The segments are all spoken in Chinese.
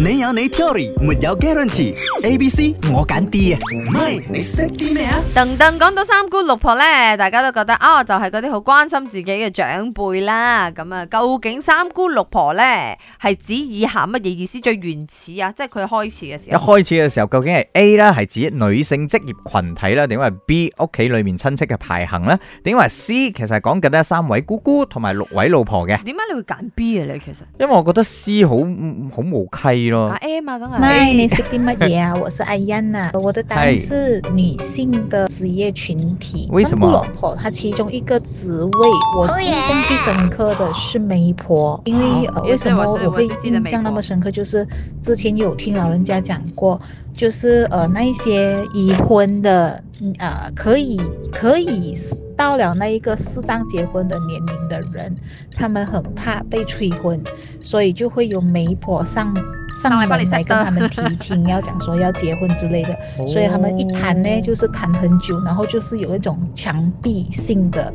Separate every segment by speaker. Speaker 1: 你有你 theory，沒有 guarantee。A、B、C 我揀 D 啊，唔係你識啲咩啊？
Speaker 2: 等等講到三姑六婆咧，大家都覺得哦，就係嗰啲好關心自己嘅長輩啦。咁啊，究竟三姑六婆咧係指以下乜嘢意思？最原始啊，即係佢開始嘅時
Speaker 3: 一
Speaker 2: 候。
Speaker 3: 開始嘅時候，究竟係 A 啦，係指女性職業群體啦，定係 B 屋企裏面親戚嘅排行啦，定係 C 其實係講緊咧三位姑姑同埋六位老婆嘅，
Speaker 2: 點解你會揀 B 啊？你其實
Speaker 3: 因為我覺得 C 好好無稽
Speaker 2: 揀
Speaker 3: 咯。
Speaker 2: A 嘛，
Speaker 3: 啊
Speaker 2: 梗係。
Speaker 4: 麦，你是定乜嘢啊？我是艾燕呐，我的答案是女性的职业群体。
Speaker 3: 为什么
Speaker 4: 那布洛婆她其中一个职位，我印象最深刻的是媒婆，因为呃，
Speaker 2: 哦
Speaker 4: 为什么
Speaker 2: 也是我是
Speaker 4: 我会
Speaker 2: 我是记得
Speaker 4: 印
Speaker 2: 媒婆
Speaker 4: 象那么深刻？就是之前有听老人家讲过，就是呃那一些已婚的，嗯呃可以可以到了那一个适当结婚的年龄的人，他们很怕被催婚，所以就会有媒婆上
Speaker 2: 上
Speaker 4: 上
Speaker 2: 来
Speaker 4: 门
Speaker 2: 帮你 set
Speaker 4: 来跟
Speaker 2: 的
Speaker 4: 他们提 亲，要讲说要结婚之类的，
Speaker 3: 哦
Speaker 4: 所以他们一谈呢，就是谈很久，然后就是有一种强逼性的，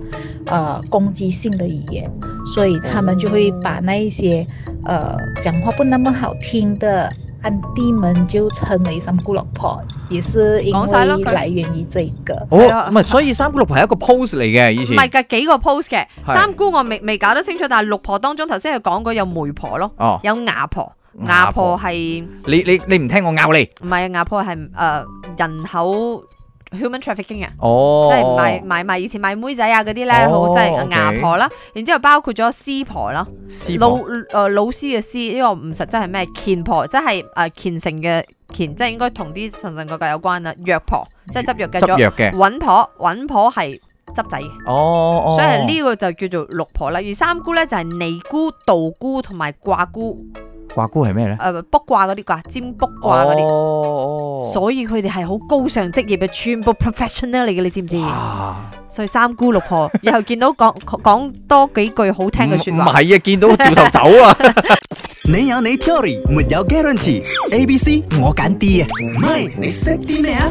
Speaker 4: 呃，攻击性的语言，所以他们就会把那一些，呃，讲话不那么好听的。安弟们就称为三姑六婆，也是因
Speaker 2: 讲晒咯
Speaker 4: 为
Speaker 2: 佢
Speaker 4: 来源于这一个。
Speaker 3: 哦，
Speaker 2: 係啊
Speaker 3: 唔係，所以三姑六婆係一個 pose 嚟嘅，以
Speaker 2: 唔
Speaker 3: 前。
Speaker 2: 係㗎，幾個 post 嘅
Speaker 3: 係
Speaker 2: 三姑我未未搞得清楚，但係六婆當中頭先佢講過有媒婆咯，
Speaker 3: 哦，
Speaker 2: 有牙婆，牙
Speaker 3: 牙
Speaker 2: 婆
Speaker 3: 婆
Speaker 2: 係
Speaker 3: 你你你唔聽我拗你。
Speaker 2: 唔係啊？牙婆係誒人口 human trafficking 啊。
Speaker 3: 哦，
Speaker 2: 即係賣賣賣以前賣妹仔啊嗰啲咧，
Speaker 3: 哦
Speaker 2: 好即係
Speaker 3: OK
Speaker 2: 牙婆啦，然之後包括咗師婆啦，
Speaker 3: 師
Speaker 2: 老
Speaker 3: 婆
Speaker 2: 誒老師嘅師，呢個唔實質係咩？虔婆即係誒虔誠嘅虔，即係應該同啲神神怪怪有關啦。藥婆即係執藥嘅
Speaker 3: 嗯執
Speaker 2: 咗，
Speaker 3: 藥嘅。
Speaker 2: 穩婆穩婆係執仔嘅，
Speaker 3: 哦哦。
Speaker 2: 所以呢個就叫做六婆啦。而三姑咧就係尼姑、道姑同埋卦姑，
Speaker 3: 掛姑係咩咧？
Speaker 2: 誒卜卦嗰啲卦，占卜卦嗰啲。
Speaker 3: 哦哦。
Speaker 2: 所以佢哋係好高尚職業嘅，全部 professional 嚟嘅，你知唔知？
Speaker 3: 哇
Speaker 2: 所以三姑六婆，以後見到講講多幾句好聽嘅説
Speaker 3: 唔唔
Speaker 2: 話，
Speaker 3: 係啊，見到掉頭走啊！
Speaker 1: 你有你 theory，沒有 guarantee。A、B、C 我揀 D 啊，唔係你識啲咩啊？